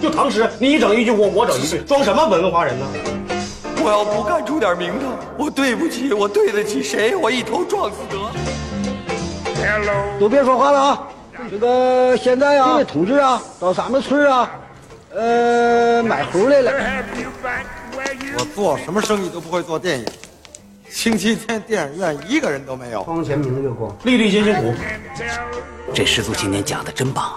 就唐诗，你一整一句，我我整一句，装什么文化人呢？我要不干出点名堂，我对不起，我对得起谁？我一头撞死得了。都别说话了啊！哎这个现在啊，这位同志啊，到咱们村啊，呃，买猴来了。我做什么生意都不会做电影，星期天电影院一个人都没有。光前明月光，粒粒皆辛苦，这师祖今年讲的真棒啊！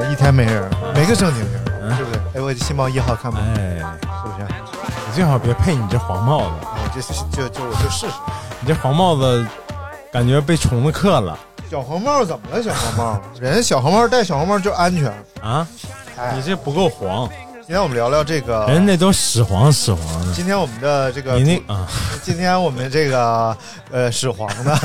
呃，一天没人，没个正经人，对不对？哎，我新报一号看吧，嗯哎，是不是？你最好别配你这黄帽子，我就就就我就试试。你这黄帽子感觉被虫子克了小黄帽怎么了？小黄帽， 人家小黄帽戴小黄帽就安全。啊！哎你这不够黄，今天我们聊聊这个，人那都屎黄屎黄的，今天我们的这个，你那啊，今天我们这个呃屎黄 的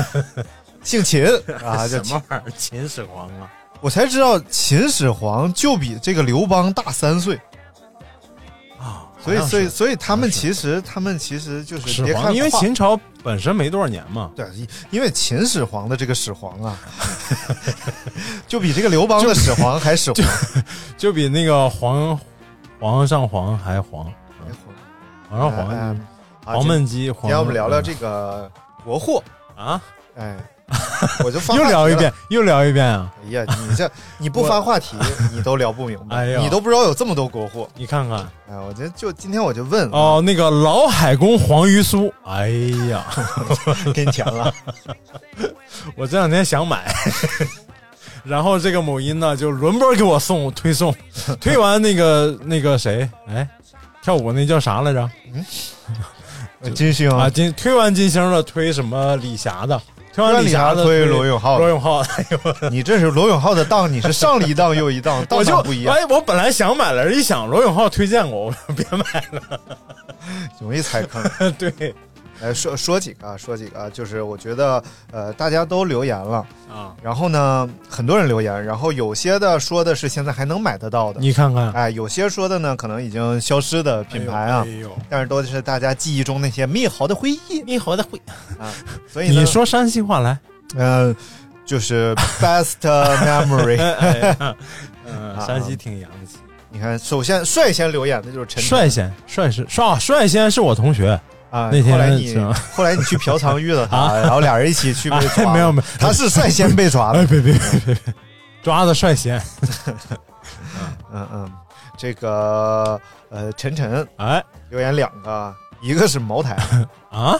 姓秦啊，叫什秦么玩意儿？秦始皇啊！我才知道秦始皇就比这个刘邦大三岁，啊， 所以好像所以是所以他们好像是其实他们其实就是始别看皇，因为画秦朝本身没多少年嘛，对，因为秦始皇的这个始皇啊， 就比这个刘邦的始皇还始皇。就比那个皇皇上皇还黄，皇上哎皇，啊黄焖鸡，今黄嗯天我们聊聊这个国货，啊， 哎，我就发又聊一遍话题了。，又聊一遍啊！哎呀，你这你不发 话题，你都聊不明白，哎呀你都不知道有这么多国货。你看看哎，我觉得就今天我就问，哦，那个老海公黄鱼酥，哎呀，给你钱了，我这两天想买， 然后这个某音呢就轮播给我送推 送，推完那个那个谁，哎，跳舞那叫啥来着？金星啊，金推完金星的推什么李霞的，推推完完李霞霞的推罗永浩的罗 永浩的，哎呦我你这是罗永浩的档，你是上了一档又一档，档 我就档不一样，哎，我本来想买了，一想罗永浩推荐过，我说别买容易踩坑。了。 对来说说几个啊，说几个啊，就是我觉得呃，大家都留言了，啊，然后呢，很多人留言，然后有些的说的是现在还能买得到的，你看看哎，有些说的呢可能已经消失的品牌啊，哎呦，但是都是大家记忆中那些美好的回忆，你活的会，所以呢，你说山西话来，呃，就是 best memory。哎 哎嗯，啊山西挺洋气。你看，首先率先留言的就是陈率先，率是帅，率先是我同学，啊，那天后来你是吧啊后来你去嫖娼遇到他，然后俩人一起去被抓了， 哎没有没有他是率先被抓的哎，，别别别别别，抓的率先，嗯嗯，这个呃，晨晨哎留言两个，一个是茅台， 啊，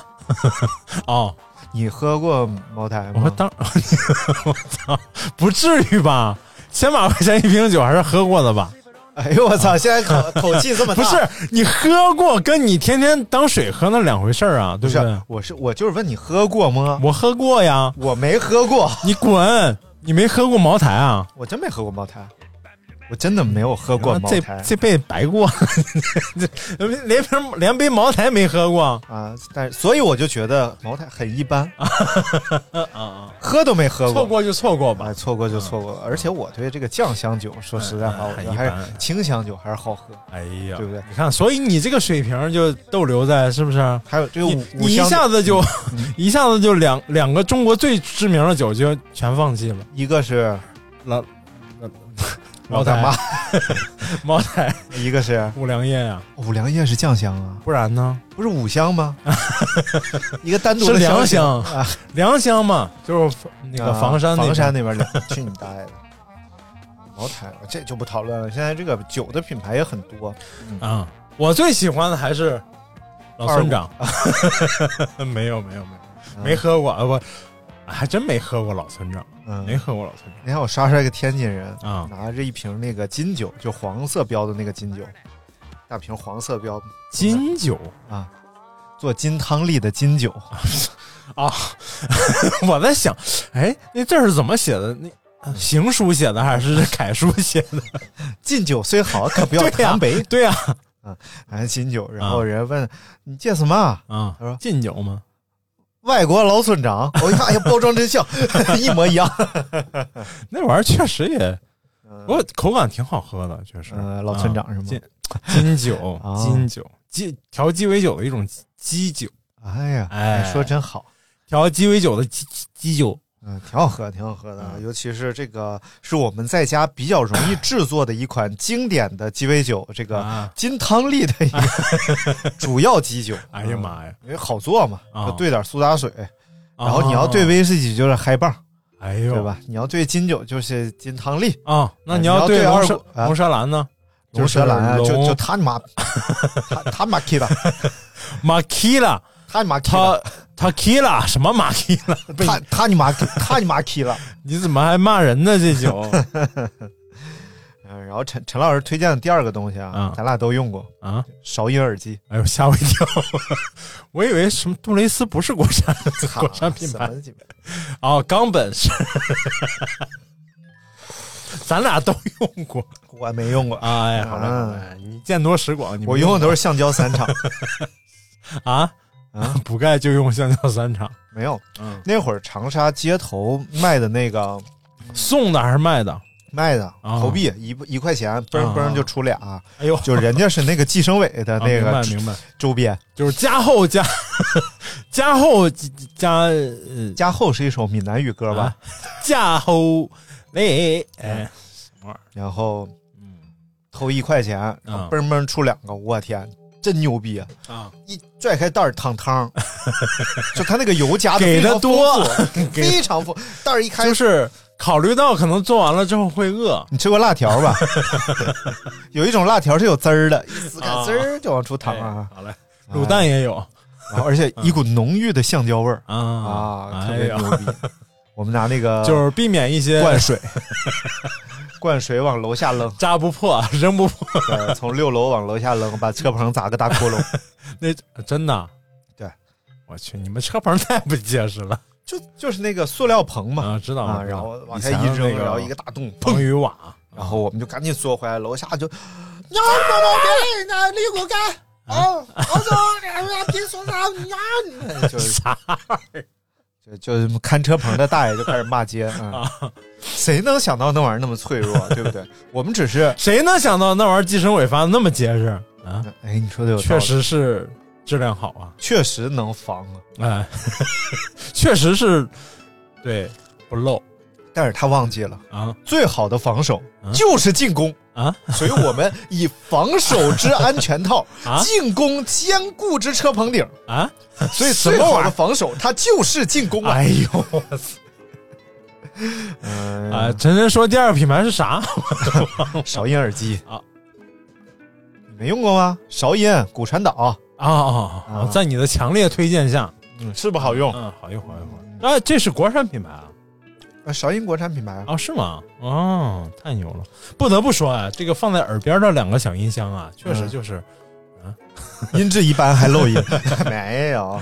哦，你喝过茅台我吗？当， 我操，不至于吧？千把块钱一瓶酒还是喝过的吧？ 哎呦我操！现在口口气这么大， 不是你喝过，跟你天天当水喝那两回事儿啊，不对不对是？，我是我就是问你喝过吗？我喝过呀，我没喝过，你滚！你没喝过茅台啊？我真没喝过茅台，我真的没有喝过茅这台这辈子白过 了，这连瓶连杯茅台没喝过。啊！但是所以我就觉得茅台很一 般，喝都没喝啊过。错过就错过吧哎，。错过就错过了，而且我对这个酱香酒，说实在话，嗯嗯我觉得很一还般是清香酒还是好喝。哎呀，对不对你看，所以你这个水平就逗留在是不是？还有这个你五你五一香酒下子嗯就 一下子就两两个中国最知名的酒就全放弃了，一个是老茅老台大妈， 茅台、一个是五粮液呀，五粮液是酱香啊，不然呢？不是五香吗？ 一个单独是的良型乡啊，良乡嘛，就是那个啊房山那房边山那边的， 去你大爷的！茅台这就不讨论了，现在这个酒的品牌也很多，啊。我最喜欢的还是老二村五长， 没有没有没有，没喝过啊，我还真没喝过老村长，嗯没。喝过老村长。你看我刷刷一个天津人哎啊拿着一瓶那个金酒，就黄色标的那个金酒，大瓶黄色标金酒，啊，做金汤力的金酒，啊， 我在想，哎，那字儿是怎么写的？那呃行书写的还是楷书写的？敬酒虽好，可不要 对呀贪杯。对呀、俺金九，然后啊人家问你见什么？啊他说，禁酒吗？外国老村 长。我一看，哎呀，包装真像，一模一样。那玩意儿确实也，不过口感挺好喝的，确实。呃老村长啊是吗金金酒 啊，金酒，鸡调鸡尾酒的一种鸡鸡酒，哎呀，哎说真好，调鸡尾酒的鸡鸡鸡酒。嗯，挺好喝，挺好喝的。嗯尤其是这个是我们在家比较容易制作的一款经典的鸡尾酒，这个啊金汤力的一个 主要基酒。嗯哎呀妈呀！因为好做嘛，啊就兑点苏打水，然后啊你要兑，威士忌就是嗨棒，哎呦，对？吧？你要兑金酒就是金汤力，啊，那你你要要对对二龙舌股啊龙舌兰呢？就是蛇兰啊，就龙就他你妈，他他妈 K 的，马基拉，他你妈 K 他的，他基拉什么马基拉？ 他他你妈他你妈 K 了。你怎么还骂人呢？这 酒嗯，然后陈陈老师推荐的第二个东西啊啊，咱俩都用过，啊！韶音耳机，哎呦，吓我一跳！我以为什么杜蕾斯不是国产 国产品啊什牌么鸡巴哦，冈本 是，咱俩都用过。我没用过啊，哎呀，好嘞好嘞，你见多识广，你我用的都是橡胶三厂， 是啊啊，补钙就用橡胶三厂，没有嗯。那会儿长沙街头卖的那个送的还是卖的？卖的啊投币一一块钱，嘣嘣就出俩，啊哎呦，就人家是那个计生委的啊那个明白明白，周边。就是加厚加 加厚加呃加厚是一首闽南语歌吧啊，加厚嘞，哎，然后投一块钱，然后嘣嘣出两个，我天，真牛逼！啊，一拽开袋儿汤 汤，就他那个油加的给的多， 非常丰富，非常丰袋儿一开就。是考虑到可能做完了之后会饿，你吃过辣条 吧？有一种辣条是有汁儿的，一撕开啊滋儿就往出淌啊哎，好嘞，卤蛋也有然后而且一股浓郁的橡胶味儿啊啊，特哎别呀，牛逼。我们拿那 个就是避免一些灌 水，灌水往楼下扔，扎不破、 扔不破，对从六楼往楼下扔，把车棚砸个大窟窿。那呃真的，对，我去，你们车棚太不结实 了就就是那个塑料棚嘛，啊！知道啊，吗？然知道后往以下前一的扔，那然后一个大洞，彭砰，于瓦，然后我们就赶紧缩回来，楼下就，有毛病，那立骨干，哦，啊我走，俺们别说啥， 呀，哎就是啥就就是看车棚的大爷就开始骂街啊，谁能想到那玩意儿那么脆弱，对不对？我们只是，谁能想到那玩意儿计生委发的那么结实啊？哎，你说的有道理确，实是质量好啊，确实能防啊，哎， 确实是，对，不漏但是他忘记了，啊最好的防守啊就是进攻。啊！所以我 们以防守之安全套，啊进攻坚固之车棚顶。 啊，所以什最么好玩的意防守，它就是进攻儿？啊！啊哎呦，我操！嗯，啊，晨晨说第二个品牌是啥？韶音耳机啊，你没用过吗？韶音、骨传导，啊啊啊！在你的强烈推荐下，嗯，是不好用。嗯，好用好用好用。啊，这是国产品牌啊？呃韶音国产品牌啊，啊，是吗？哦，太牛了！不得不说啊，这个放在耳边的两个小音箱啊，确实嗯就是音质一般还 漏音，没有。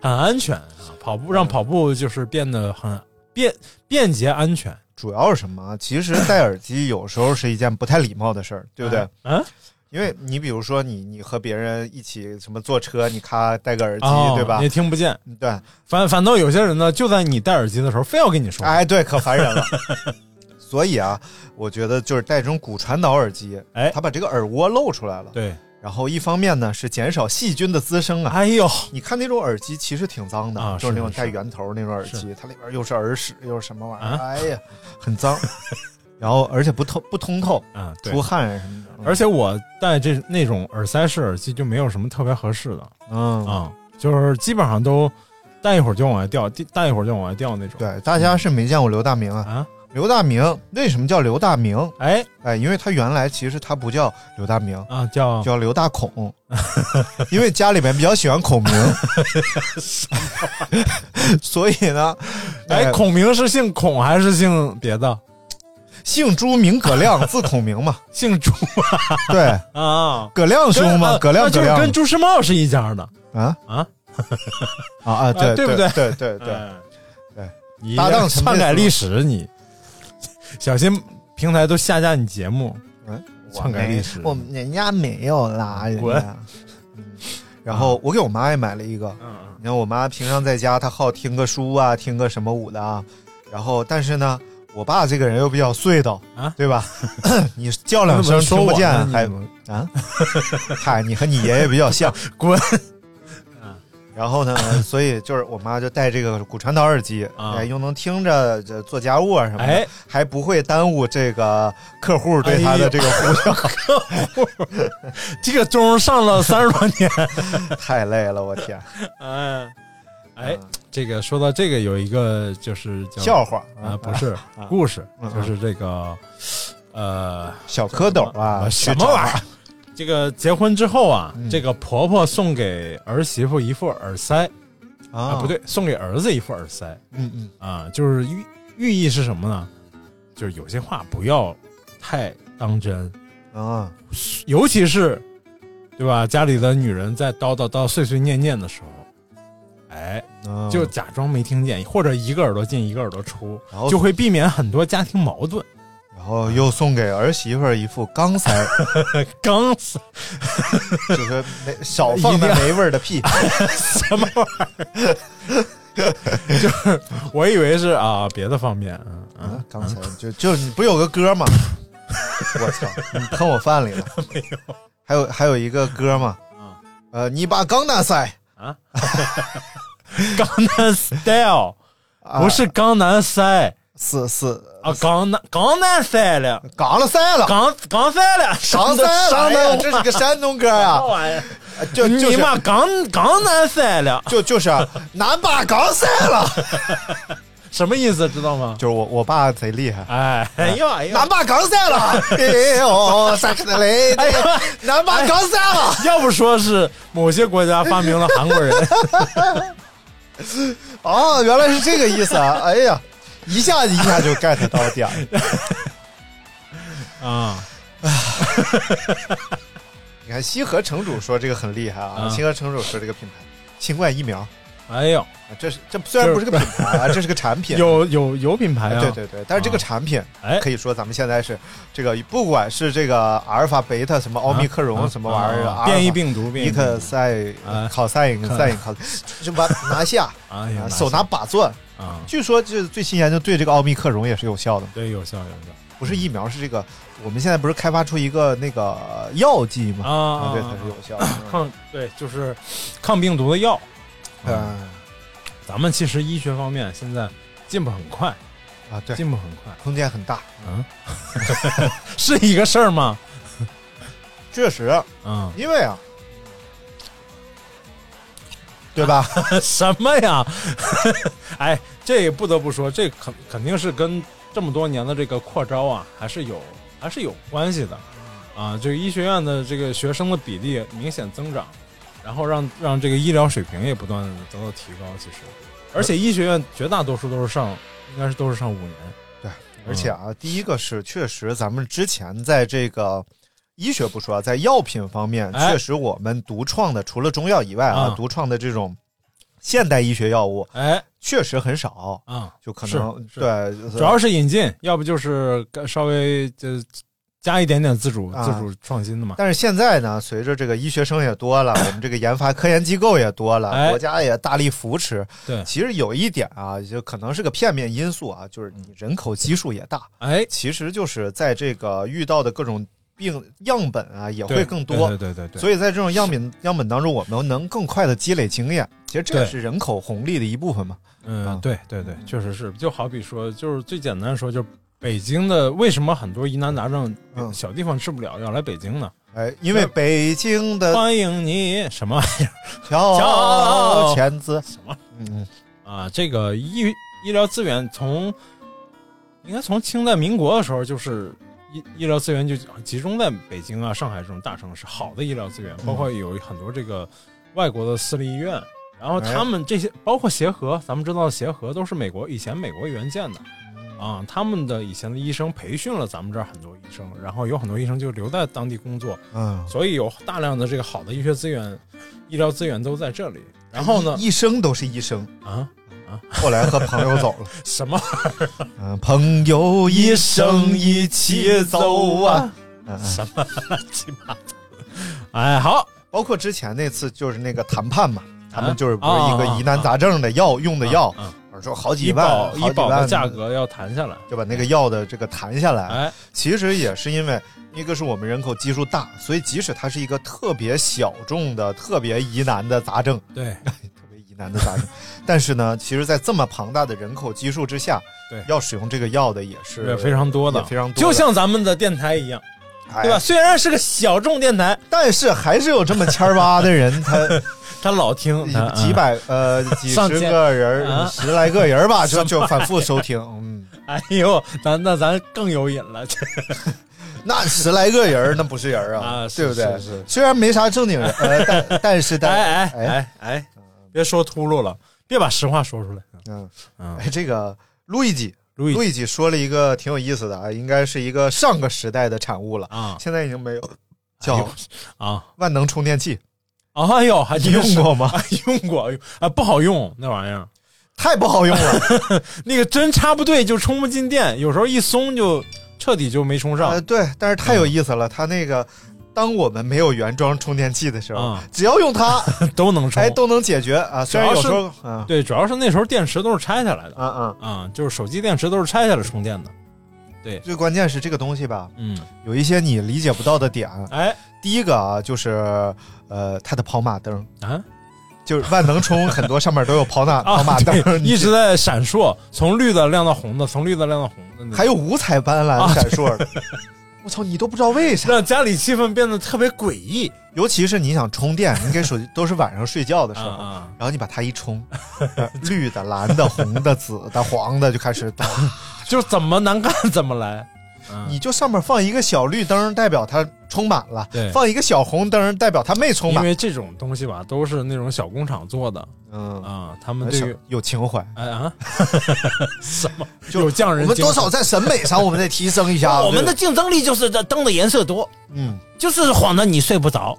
很安全啊，跑步让跑步就是变得很便便捷安全，啊主要是什么？其实戴耳机有时候是一件不太礼貌的事儿，对不对？嗯、因为你比如说你你和别人一起什么坐车，你咔戴个耳机，哦对吧也？听不见。对，反反倒有些人呢，就在你戴耳机的时候，非要跟你说。哎，对，可烦人了。 所以啊，我觉得就是戴这种骨传导耳机，哎它把这个耳蜗露出来了。，对，然后一方面呢是减少细菌的滋生啊。哎呦，你看那种耳机其实挺脏的，啊就是那种是是带圆头那种耳机，它里边又是耳屎又是什么玩意儿，啊哎呀，很脏。然后而且不透不通透，啊，对出。汗什么的。而且我戴这那种耳塞式耳机就没有什么特别合适的嗯，啊，就是基本上都戴一会儿就往外掉，戴一会儿就往外掉那种。对，大家是没见过刘大明啊。啊，刘大明为什么叫刘大明？哎哎，因为他原来其实他不叫刘大明，啊，叫叫刘大 孔，因为家里面比较喜欢孔明，所以呢，哎，哎，孔明是姓孔还是姓别的？姓朱名葛 亮，字孔明嘛，姓朱对， 啊，葛亮兄嘛，跟啊葛亮葛那就是亮跟朱时茂是一家的啊啊， 啊啊，对啊对不对对对对对，哎对，你搭档什么篡改历史，你小心平台都下架你节目。嗯，我 篡改历没史我人家没有啦，人滚嗯家。嗯然后我给我妈也买了一个，你看我妈平常在家，她好听个书啊，听个什么舞的啊。然后，但是呢，我爸这个人又比较碎叨，啊对 吧？你叫两声你怎听不么说我见呢，还啊？ 嗨，你和你爷爷比较像， 滚！ 然后呢，所以就是我妈就戴这个骨传导耳机，啊哎，又能听着这做家务啊什么的，哎还不会耽误这个客户对她的这个呼叫。这个钟上了三十多年。太累了，我 天！嗯， 哎，这个说到这个有一个就是叫笑话 啊，嗯不是故事，就是这个呃小蝌蚪啊，什么玩意儿？这个结婚之后啊，嗯这个婆婆送给儿媳妇一副耳塞儿啊啊，不，对，送给儿子一副耳塞嗯嗯，啊，就是寓寓意是什么呢？就是有些话不要太当真，啊，尤其是对吧？家里的女人在叨叨叨、碎碎念念的时候，哎，啊就假装没听见，或者一个耳朵进一个耳朵出然后，就会避免很多家庭矛盾。然后又送给儿媳妇儿一副钢塞儿，刚死就是没少放那没味儿的屁。啊什么玩意儿？ 就是我以为是啊别的方面，嗯嗯，啊刚才就就你不有个歌吗？ 我操，你喷我饭 里了？没有。还有还有一个歌吗？啊呃，你把钢那塞，江南 style 啊不是江南塞是是啊，江南江南塞了，嘎了塞了，江江塞了，钢上塞了，上哎呀的这是个山东歌啊啥，玩意儿？啊就就 你是妈江江南塞了，就就是 啊南把钢塞了，什么意思知道吗？就是我我爸贼厉害。哎哎呦哎呦，南霸刚赛了，哎呦，三十的雷，哎呀！南霸刚赛了，要不说是某些国家发明了韩国人， 哎哦，原来是这个意思啊！哎呀，一下一下就 get 到点 儿。啊， 你看西河城主说这个很厉害啊，嗯西河城主说这个品牌新冠疫苗，啊哎呦，这是这虽然不是个品牌啊，这是个产品。有有有品牌啊，哎对对对，但是这个产品哎可以说咱们现在是这个，不管是这个阿尔法、贝塔、什么奥密克啊戎、什么玩意儿，啊阿尔法变异病毒，变异伊病毒克赛啊考赛因赛因考，就 把拿下，哎啊呀拿下手拿把钻。啊，据说这最新研究对这个奥密克戎也是有效的，对，有效有效不是疫苗，是这个我们现在不是开发出一个那个呃药剂吗？啊，哎对，它是有效的。抗对，就是抗病毒的药。嗯咱们其实医学方面现在进步很快，啊，对，进步很快，空间很大，是一个事儿吗？确实，嗯，因为啊，对吧？ 什么呀？ 哎，这不得不说，这肯肯定是跟这么多年的这个扩招啊，还是有还是有关系的嗯啊。这个医学院的这个学生的比例明显增长，然后让让这个医疗水平也不断的得到提高。其实，嗯而且医学院绝大多数都是上，应该是都是上五年。嗯而且啊，第一个是确实，咱们之前在这个医学不说啊，在药品方面，哎确实我们独创的，除了中药以外啊，嗯独创的这种现代医学药物哎，确实很少，啊、就可能是是对，呃主要是引进，要不就是稍微就加一点点自主、啊自主创新的嘛。但是现在呢，随着这个医学生也多了，我们这个研发科研机构也多了，哎国家也大力扶持。对，其实有一点啊，就可能是个片面因素啊，就是你人口基数也大，哎，其实就是在这个遇到的各种病样本啊也对会更多。哎对对对对对。所以在这种样本样本当中，我们能更快的积累经验。其实这也对是人口红利的一部分嘛。啊嗯，对对对，确实是。就好比说，就是最简单的说，就是北京的为什么很多疑难杂症、嗯小地方治不了，要来北京呢？哎，因为北京的欢迎你什么玩意儿乔乔前子，哦什么嗯嗯，啊？这个医医疗资源从应该从清代民国的时候就是。医医疗资源就集中在北京啊、上海这种大城市，好的医疗资源，包括有很多这个外国的私立医院，然后他们这些包括协和，咱们知道协和都是美国以前美国援建的，啊，他们的以前的医生培训了咱们这儿很多医生，然后有很多医生就留在当地工作，嗯，所以有大量的这个好的医学资源、医疗资源都在这里。然后呢，医生都是医生，啊，后来和朋友 走了。什么嗯，朋友一生一起走啊，嗯嗯，什么乱七八糟。哎，好，包括之前那次就是那个谈判嘛，他们就是不啊是一个疑难杂症的药用的药，嗯说好几医万保，好医几保万的价格要谈下来。就把那个药的这个谈下来。哎，其实也是因为一个是我们人口基数大，所以即使它是一个特别小众的、特别疑难的杂症，对，特别疑难的 杂症，但是呢，其实，在这么庞大的人口基数之下，对要使用这个药的也是也非常多的，也非常多的就像咱们的电台一样，哎对吧？虽然是个小众电台，但是还是有这么千儿八的人， 他他老听，啊他几几。百呃几上十千个人啊儿、十来个人儿吧，就就反复收听，嗯，嗯哎呦，咱那咱更有瘾了，这那十来个人儿那不是人儿啊啊，是对不对是是？虽然没啥正经人，呃，但但是但哎哎哎哎哎，别说秃噜了，别把实话说出来。嗯嗯哎，这个路易吉。路易路易吉说了一个挺有意思的啊，应该是一个上个时代的产物了，啊现在已经没有，哎叫呦啊万能充电器。啊！哎呦，还你真是用过吗？哎 用过，用啊，不好用那玩意儿，太不好用 了。那个针插不对就充不进电，有时候一松就彻底就没充上呃，。对，但是太有意嗯思了。它那个，当我们没有原装充电器的时候啊，只要用它， 都能充。哎，都能解决啊。虽然有时候，嗯对，主要是那时候电池都是拆下来的嗯嗯，啊、就是手机电池都是拆下来充电的。最关键是这个东西吧，嗯，有一些你理解不到的点。哎第一个啊，就是呃，它的跑马灯，啊就是万能充很多上面都有跑马跑马 啊，对，灯，一你直在闪烁，从绿的亮到红的，从绿的亮到红的那种，还有五彩斑啊斓闪烁的。 我操，你都不知道为啥。 让家里气氛变得特别诡异。 尤其是你想充电，你给手机都是晚上睡觉的时候，啊啊然后你把它一充，呃绿的、蓝的、红的、紫的、黄的就开始 打，就是怎么难看怎么来。你就上面放一个小绿灯，代表它充满了对；放一个小红灯，代表它没充因满。为这种东西吧，都是那种小工厂做的嗯，啊、他们对小于有情怀，哎 啊，什么就 有匠我人们精多神？少啊在审美上我们得提升一 下。我们的竞争力就是这灯的颜色多，嗯，就是晃得你睡不着。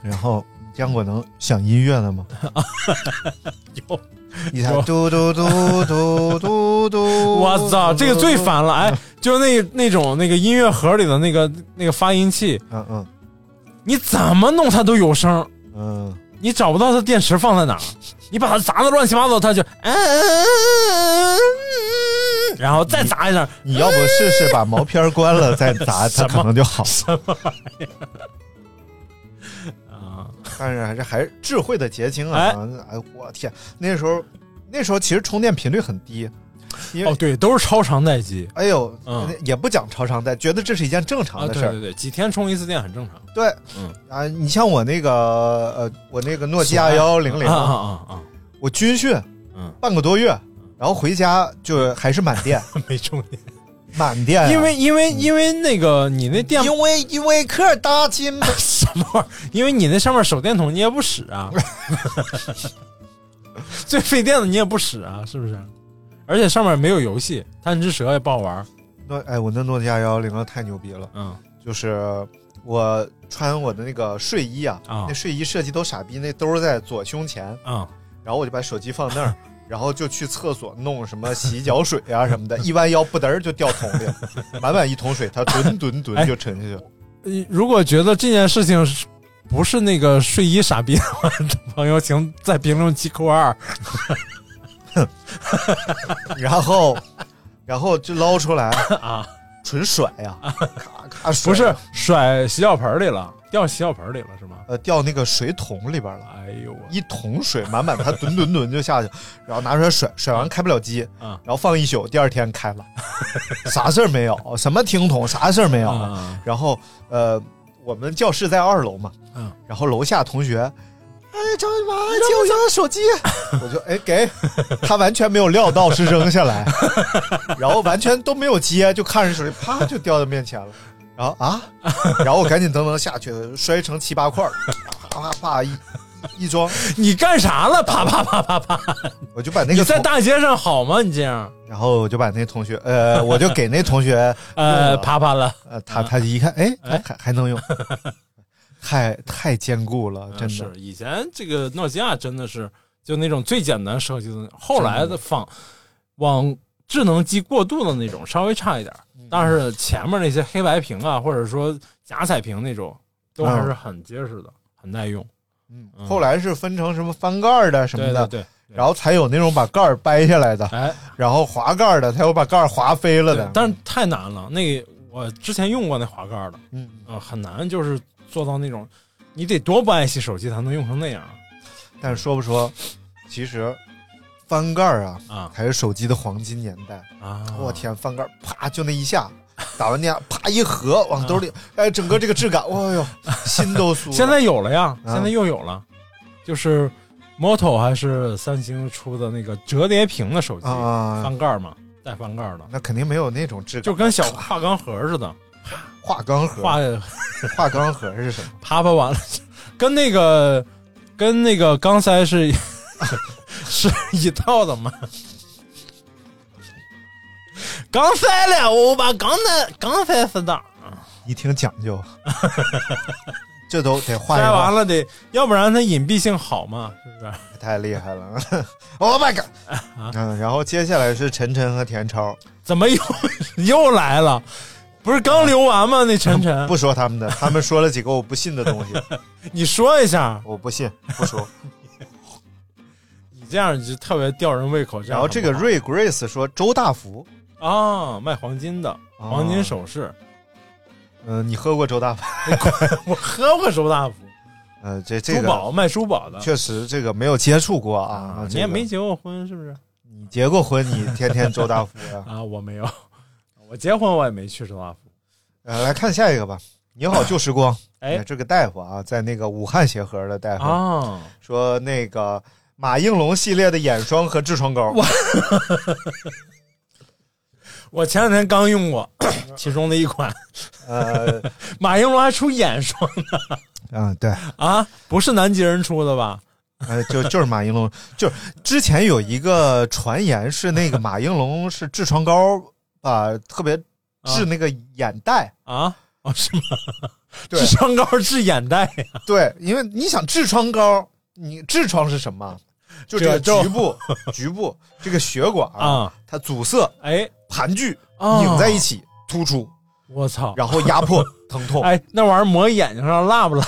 然后浆果能想音乐 了吗？有，你才有嘟嘟嘟嘟嘟嘟，我哦操，这个最。烦了！哎，就那那种那个音乐盒里的那个那个发音器，嗯嗯你怎么弄它都有声儿，嗯，你找不到它电池放在哪儿，你把它砸的乱七八糟，它就嗯，然后再砸一下，你要不试试把毛片关了再 砸，它可能就好。啊，但是还是还是智慧的结晶哎啊！哎，我天，那时候那时候其实充电频率很低，因为、哦对，都是超长待机哎呦、嗯也不讲超长带，觉得这是一件正常啊，的对事儿。对对，几天充一次电很正常。对嗯啊，你像我那个呃，我那个诺基亚索爱幺幺零零，啊啊 啊我军训嗯半个多月，然后回家就还是满电，啊，没充电， 满电啊、因为因为因为那个你那电因为因为克搭金 嘛什么玩意儿？因为你那上面手电筒你也不使啊， 最费电的你也不使啊，是不是？而且上面没有游戏，贪吃蛇也不好玩。诺哎，我那诺基亚幺幺零太牛逼了，嗯，就是我穿我的那个睡衣啊，啊那睡衣设计都傻逼，那兜儿在左胸前，啊、然后我就把手机放 那儿，然后就去厕所弄什么洗脚水啊什么的，一弯腰不嘚儿就掉桶里了，满满一桶水， 它吨吨吨就沉下去了。呃如果觉得这件事情是不是那个睡衣傻逼的话， 朋友请在评论区扣二。然后，然后就捞出来哎啊，纯甩呀、咔咔甩，不是，啊甩洗脚盆里了，掉洗脚盆里了是吗？呃，掉那个水桶里边了。哎呦我，一桶水满满，它吨吨吨就下去，然后拿出来甩，甩完开不了机，啊然后放一宿，第二天开了，啥事儿没有，什么听筒啥事儿没有，啊然后呃，我们教室在二楼嘛，嗯然后楼下同学，哎，张一凡借我一下手机，我就哎给，他完全没有料到是扔下来， 然后完全都没有接，就看着手机啪就掉在面前了，然后啊，然后我赶紧噔噔下去，摔成七八块儿，啪啪啪一一装， 你干啥了？啪啪啪啪啪！我就把那你个在同，大街上好吗？你这样，然后我就把那同学，呃，我就给那同学，呃，嗯啪啪了。呃，他他一看，哎，哎还还能 用。太太坚固了，真的。嗯是以前这个诺基亚真的是就那种最简单设计的，后来的仿往智能机过度的那种稍微差一点儿，嗯但是前面那些黑白屏啊，或者说假彩屏那种，都还是很结实的，很耐用。嗯，后来是分成什么翻盖儿的什么对的，对对，然后才有那种把盖儿掰下来的， 哎，然后滑盖儿的，才有把盖儿滑飞了对的。但是太难了。那个我之前用过那滑盖的，嗯，呃，很难，就是做到那种，你得多不爱惜手机才能用成那样但是说不说，其实翻盖儿啊，啊才是手机的黄金年代。啊！我，天，翻盖儿啪就那一下，打完电话啪一合往兜里，哎，整个这个质感，哎呦，心都酥了。啊现在有了呀，啊现在又有了，就是 Moto 还是三星出的那个折叠屏的手机，啊，翻盖嘛，带翻盖的，那肯定没有那种质感，就跟小画钢盒似的，画钢盒，画画钢盒是什么？啪啪完了， 跟那个跟那个钢塞是 是一套的嘛。钢塞了，我把钢塞钢塞死的，你挺讲究， 这都得 画一塞画完了得，要不然它隐蔽性好嘛，是不是？太厉害了 ！Oh my god！嗯，啊然后接下来是晨晨和田超，怎么又 又来了？不是刚留完吗？那晨晨，啊不说他 们的，他们说了几个我不信的东西，你说一下，我不信，不说。你这样就特别吊人胃口。 这然样后这个很不好 Ray Grace 说周大福，啊，卖黄金的哦黄金首饰，嗯、你喝过周大 福？我喝过周大福，呃，这这珠个宝卖珠宝的，确实这个没有接触过啊。啊，这你个也啊没结过婚是不是？你结过婚，你天天周大福 呀、啊，我没有，我结婚我也没去周大福。呃，来看下一个吧。你 好，旧时光。哎这个大夫啊，在那个武汉协和的大夫、啊，说，那个马应龙系列的眼霜和痔疮膏，我前两天刚 用过其中的一款，呃，马应龙还出眼霜嗯，对，啊，不是南极人出的吧？呃，就 就是马应龙，就是之前有一个传言是那个马应龙是痔疮膏啊、特别治那个眼袋。啊，哦是吗？对痔疮膏治眼袋呀，对，因为你想痔疮膏，你痔疮是什么？就这个褶皱局部 局部这个血管啊，它阻塞、哎，盘踞、啊拧在一起、突出，我操！然后压 迫、疼痛。哎，那玩意儿抹眼睛上辣不辣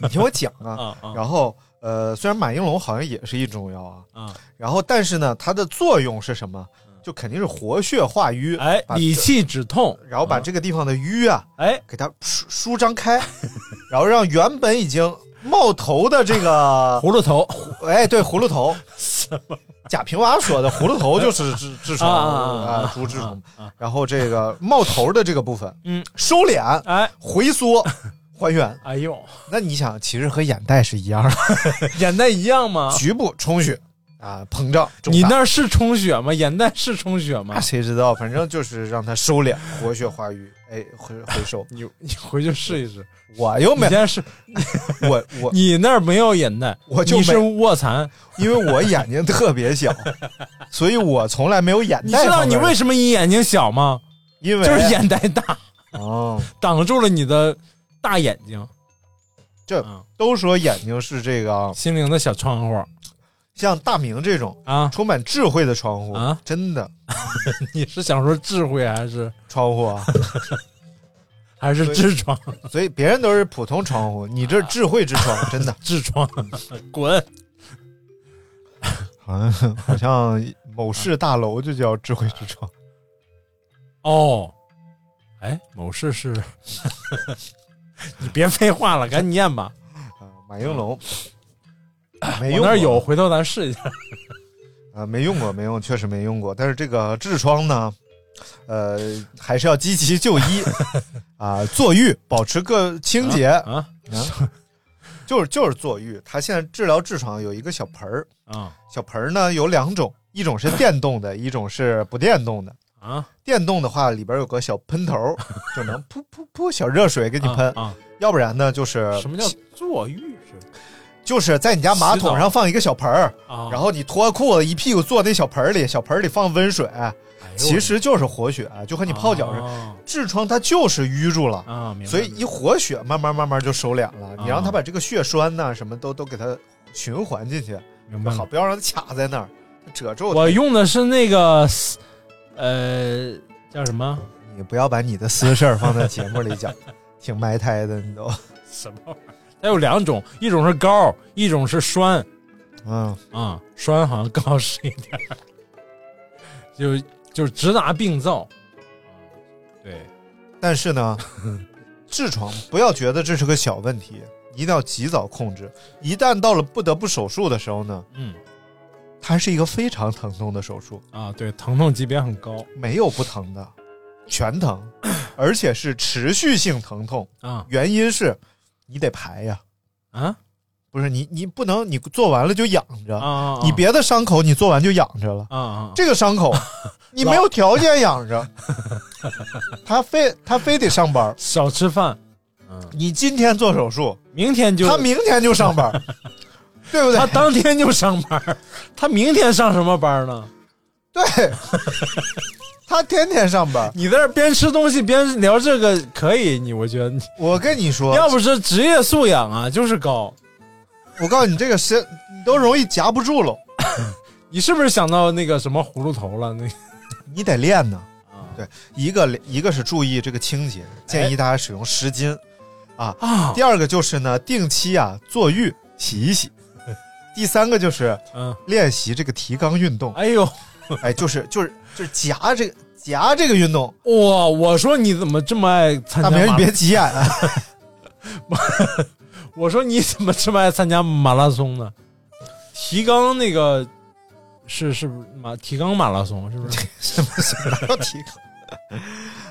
你听我讲啊，啊啊然后呃，虽然马应龙好像也是一种药啊，啊！然后但是呢，它的作用是什么？就肯定是活血化瘀，嗯哎，把理气止痛，然后把这个地方的瘀啊，哎给它舒舒张 开，然后让原本已经冒头的这个， 葫芦头哎，对，葫芦头，贾平凹说的葫芦头就是痔痔疮啊啊啊啊，猪痔疮，然后这个冒头的这个部分，嗯，收敛、哎回缩、还原。哎呦，那你想，其实和眼袋是一样的，眼袋一 样吗？局部充血啊，膨胀。肿大啊你那儿是充血吗？眼袋是充血吗那？谁知道？反正就是让它收敛、活血化瘀，哎，回回收。你你回去试一试，我又你没，先试。我我你那儿没有眼袋，我就你是没卧蚕。因为我眼睛特别小，所以我从来没有眼你袋知方道面的。你为什么你眼睛小吗？因为就是眼袋大，哦，挡住了你的大眼睛。这嗯都说眼睛是这个心灵的小窗户像大明这种啊！充满智慧的窗户啊真的你是想说智慧还是窗户啊，还是痔疮？ 所以别人都是普通窗户，你这是智慧之窗，真的痔疮， 滚！好像好像某市大楼就叫智慧之窗，哦，哎，某事是， 你别废话了，赶紧念吧。啊马应龙嗯我哎没用那儿过有，回头咱试一下。啊，没用过，没用，确实没用过。但是这个痔疮呢，呃，还是要积极就 医啊，坐浴，保持个清洁，啊就是就是坐浴。它现在治疗痔疮有一个小盆儿，啊小盆儿呢有两种，一种是电动的，一种是不电动的。啊！电动的话，里边有个小喷头，就能噗噗噗小热水给你喷；啊？要不然呢，就是啊什么叫坐浴是吧就是在你家马桶上放一个小盆儿，啊？然后你脱裤子一屁股坐那小盆儿里，小盆儿里放温水，哎呦其实就是活血，就和你泡脚似的。啊痔疮它就是淤住了，啊，明白所以一活血，慢慢慢慢就收敛了。你让它啊把这个血栓呐、什么都都给它循环进去，明白了好，不要让它卡在那儿，它褶皱。我用的是那个呃，叫什么你不要把你的私事儿放在节目里讲， 挺埋汰的，你都。什么玩意儿？它有两种，一种是膏，一种是栓嗯，啊、栓好像更好使一点儿， 就就是直达病灶。啊对，但是 呢，痔疮不要觉得这是个小问题，一定要及早控制。一旦到了不得不手术的时候呢，嗯它是一个非常疼痛的手术，啊，对，疼痛级别很高没有不疼的，全疼，而且是持续性疼痛。啊原因是你得排呀，啊不是你你不能你做完了就养着，啊啊！你别的伤口你做完就养着了。啊啊，这个伤 口，你没有条件养着，他非他非得上班儿。少吃饭，你今天做手术，明天就他明天就上班 儿，对不他对？当天就上班 儿，他明天上什么班呢？ 对，他天天上班儿。你在这边吃东西边聊这个可以，你我觉得你我跟你说，要不是职业素养啊，就是高。我告诉你，这个身你都容易夹不住了，你是不是想到那个什么葫芦头了？那你得练呢。啊哎对，一个一个是注意这个清洁，建议大家使用湿巾。啊，第二个就是呢，定期啊坐浴洗一洗。 第三个就是 嗯，练习这个提肛运动。哎呦哎，就是就是就是夹这个夹这个运动，哇！我说你怎么这么爱参大加明儿你马？别急眼啊！ 我说你怎么这么爱参加马拉松呢？提纲那个是是不是马提纲马拉松是不是？什么什么要提纲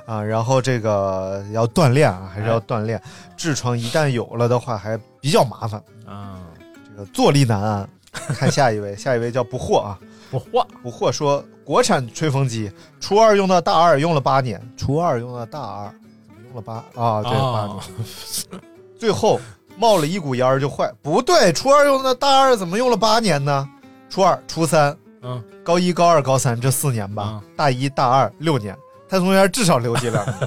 啊？然后这个要锻炼啊，还是要哎锻炼。痔疮一旦有了的话，还比较麻烦，啊，这个坐立难安。看下一位，下一位叫不惑啊，我画不惑说国产吹风机初二用到大二用了八年，初二用到大二怎么用了八啊？对，八年啊，最后冒了一股烟儿就坏。不对，初二用的大二怎么用了八年呢？初二、初三、嗯高一、高二、高三这四年吧，啊大一大二六年，他中间至少留级两 年。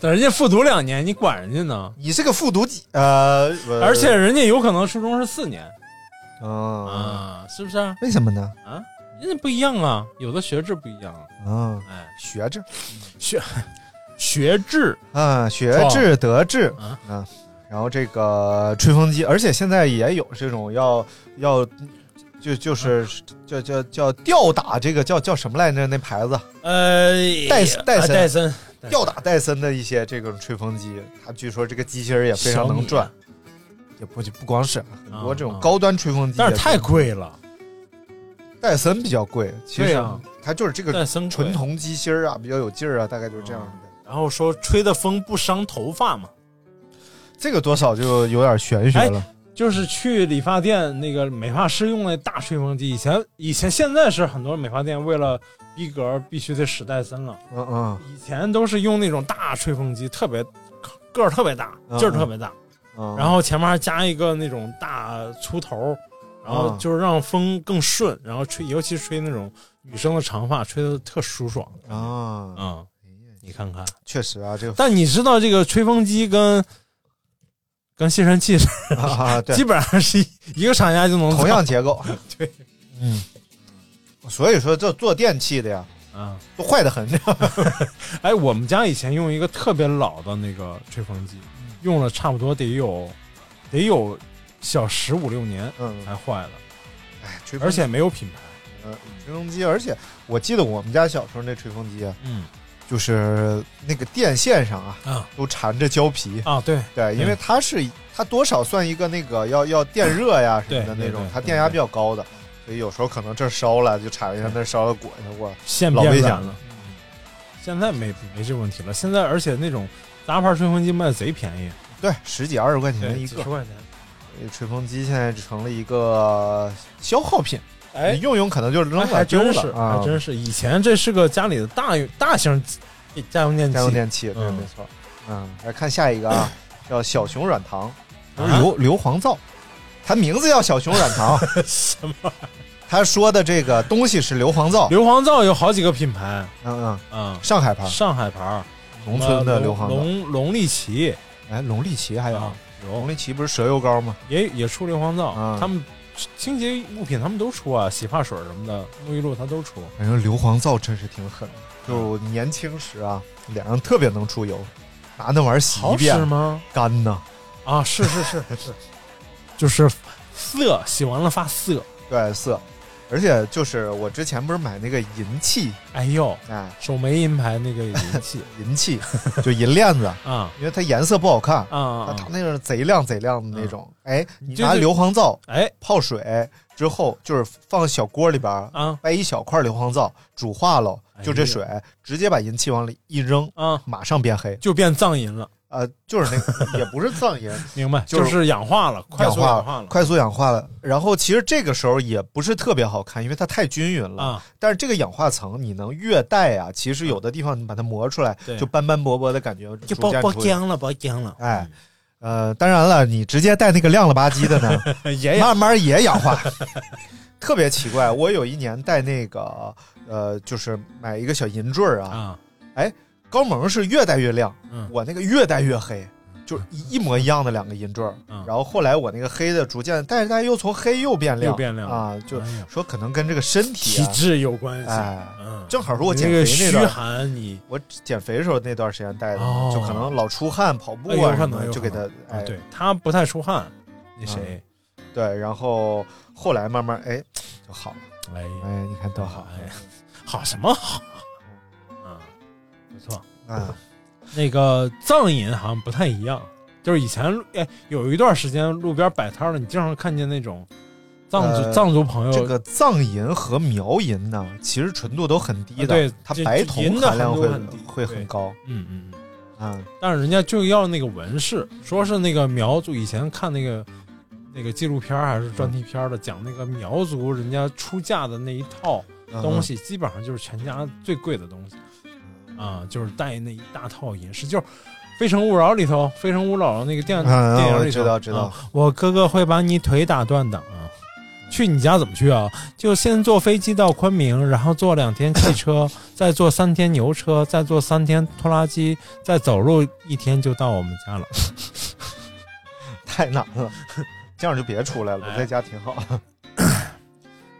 等人家复读两年，你管人家呢？你是个复读几？呃，呃而且人家有可能初中是四年嗯、啊，是不是啊？为什么呢？啊，人家不一样啊，有的学制不一样。嗯，哎，学制学制啊，学制德制啊啊。然后这个吹风机，而且现在也有这种要要，就就是啊叫叫叫吊打这个叫叫什么来着？那牌子呃，戴戴啊森戴森吊打戴森的一些这种吹风机，它据说这个机芯儿也非常啊能转，也不就不光是很多这种高端吹风机，但是太，贵了，戴森比较贵，其对实啊它就是这个戴森贵哦纯。铜机芯儿啊，比较有劲儿啊，大概就是这样的。然后说吹的风不伤头发嘛，这个多少就有点玄学了，哎就是去理发店那个美发师用那大吹风机，以前以前现在是很多美发店为了逼格必须得使戴森了，嗯嗯以前都是用那种大吹风机，特别个儿特别大，嗯劲儿特别大，嗯，然后前面还加一个那种大粗头，然后嗯就是让风更顺，然后吹，尤其吹那种女生的长发，吹的特舒爽啊，啊、你看看，确实啊，这个但你知道这个吹风机跟跟吸尘器是啊，对基，本上是一个厂家就能做同样结 构，对，嗯，所以说这做电器的呀，啊。都坏的很，你知道吗哎，我们家以前用一个特别老的那个吹风机，嗯用了差不多得有得有小十五六年嗯，才坏了，哎，吹风而且没有品牌。呃吹风机，而且我记得我们家小时候那吹风机啊，嗯就是那个电线上啊，啊都缠着胶皮。啊，对 对，因为它是它多少算一个那个要要电热呀什么的对对那种对，它电压比较高的，所以有时候可能这儿烧了就缠一下，那儿烧了裹一下，我线老变危险软了了。嗯现在没没这问题了，现在而且那种杂牌吹风机卖得贼便宜，对十几二十块钱对，嗯一几个十，块钱。所以吹风机现在成了一个消耗品，你哎，用用可能就扔了，还真是，丢了啊，还真是。以前这是个家里的大用大型家用电器，家 用电器，对，嗯没错。嗯，来看下一个啊，叫小熊软糖，啊硫硫磺皂，它名字叫小熊软糖。 什么？他说的这个东西是硫磺皂， 硫磺皂有好几个品牌，嗯嗯嗯，，上海牌，上海牌儿，农村的硫磺皂。龙龙利奇，哎，龙力奇还有啊龙力奇不是蛇油膏吗？也也出硫磺皂，啊他们清洁物品他们都出啊，洗发水什么的，沐浴露它都出。反正硫磺皂真是挺狠的，就年轻时啊，脸上特别能出油，拿那玩意儿洗一好使遍，吗？干呐。啊，是是是 是，就是色，洗完了发色。对色，而且就是我之前不是买那个银器，哎呦，哎，手梅银牌那个银 器银器就银链子，啊因为它颜色不好看，啊啊！它它啊那种贼亮贼亮的那种。哎，你这拿就硫磺皂哎泡水之后，就是放小锅里边儿，啊掰一小块硫磺皂煮化了，就哎这呀水直接把银器往里一扔，啊，马上变黑。就变藏银了，呃，就是那个 也不是藏银，明白？就是就是氧化了，快速氧化了，快速氧化了。然后其实这个时候也不是特别好看，因为它太均匀了。啊但是这个氧化层你能越带啊，其实有的地方你把它磨出来对，就斑斑驳驳的感觉就逐包渐包出现。浆了，包浆了。哎，呃，当然了，你直接带那个亮了吧唧的呢， 也有慢慢也氧化， 特别奇怪。我有一年带那个呃，就是买一个小银坠儿啊，啊高萌是越戴越亮，嗯我那个越戴越黑。就是一一模一样的两个银坠儿，嗯然后后来我那个黑的逐渐，但是它又从黑又变亮，又变亮了啊，就哎呀说可能跟这个身体体啊，质有关系。哎，嗯，正好是我你减那肥个那虚段，寒，你我减肥的时候那段时间戴的嘛，哦就可能老出汗、跑步哎有啊可什能么的，有就可给它啊哎嗯对他不太出汗，那谁，对然后后来慢慢哎就好了，哎哎你看多好哎，好什么好？嗯，不错。啊！那个藏银好像不太一样，就是以前哎有一段时间路边摆摊儿的，你经常看见那种藏族、呃藏族朋友这个藏银和苗银呢，其实纯度都很低的，啊对它这白这银铜的含量含会度很低会很对高嗯嗯嗯。啊。但是人家就要那个纹饰，说是那个苗族以前看那个那个纪录片儿还是专题片儿的，讲那个苗族人家出嫁的那一套嗯东西，基本上就是全家最贵的东西啊，就是带那一大套银饰，就是《非诚勿扰》里头，《非诚勿扰》那个电、嗯嗯电影里我头知道知道啊我哥哥会把你腿打断的啊。去你家怎么去啊？就先坐飞机到昆明，然后坐两天汽 车，再坐三天牛车，再坐三天拖拉机，再走路一天就到我们家了。太难了，这样就别出来了，哎我在家挺好。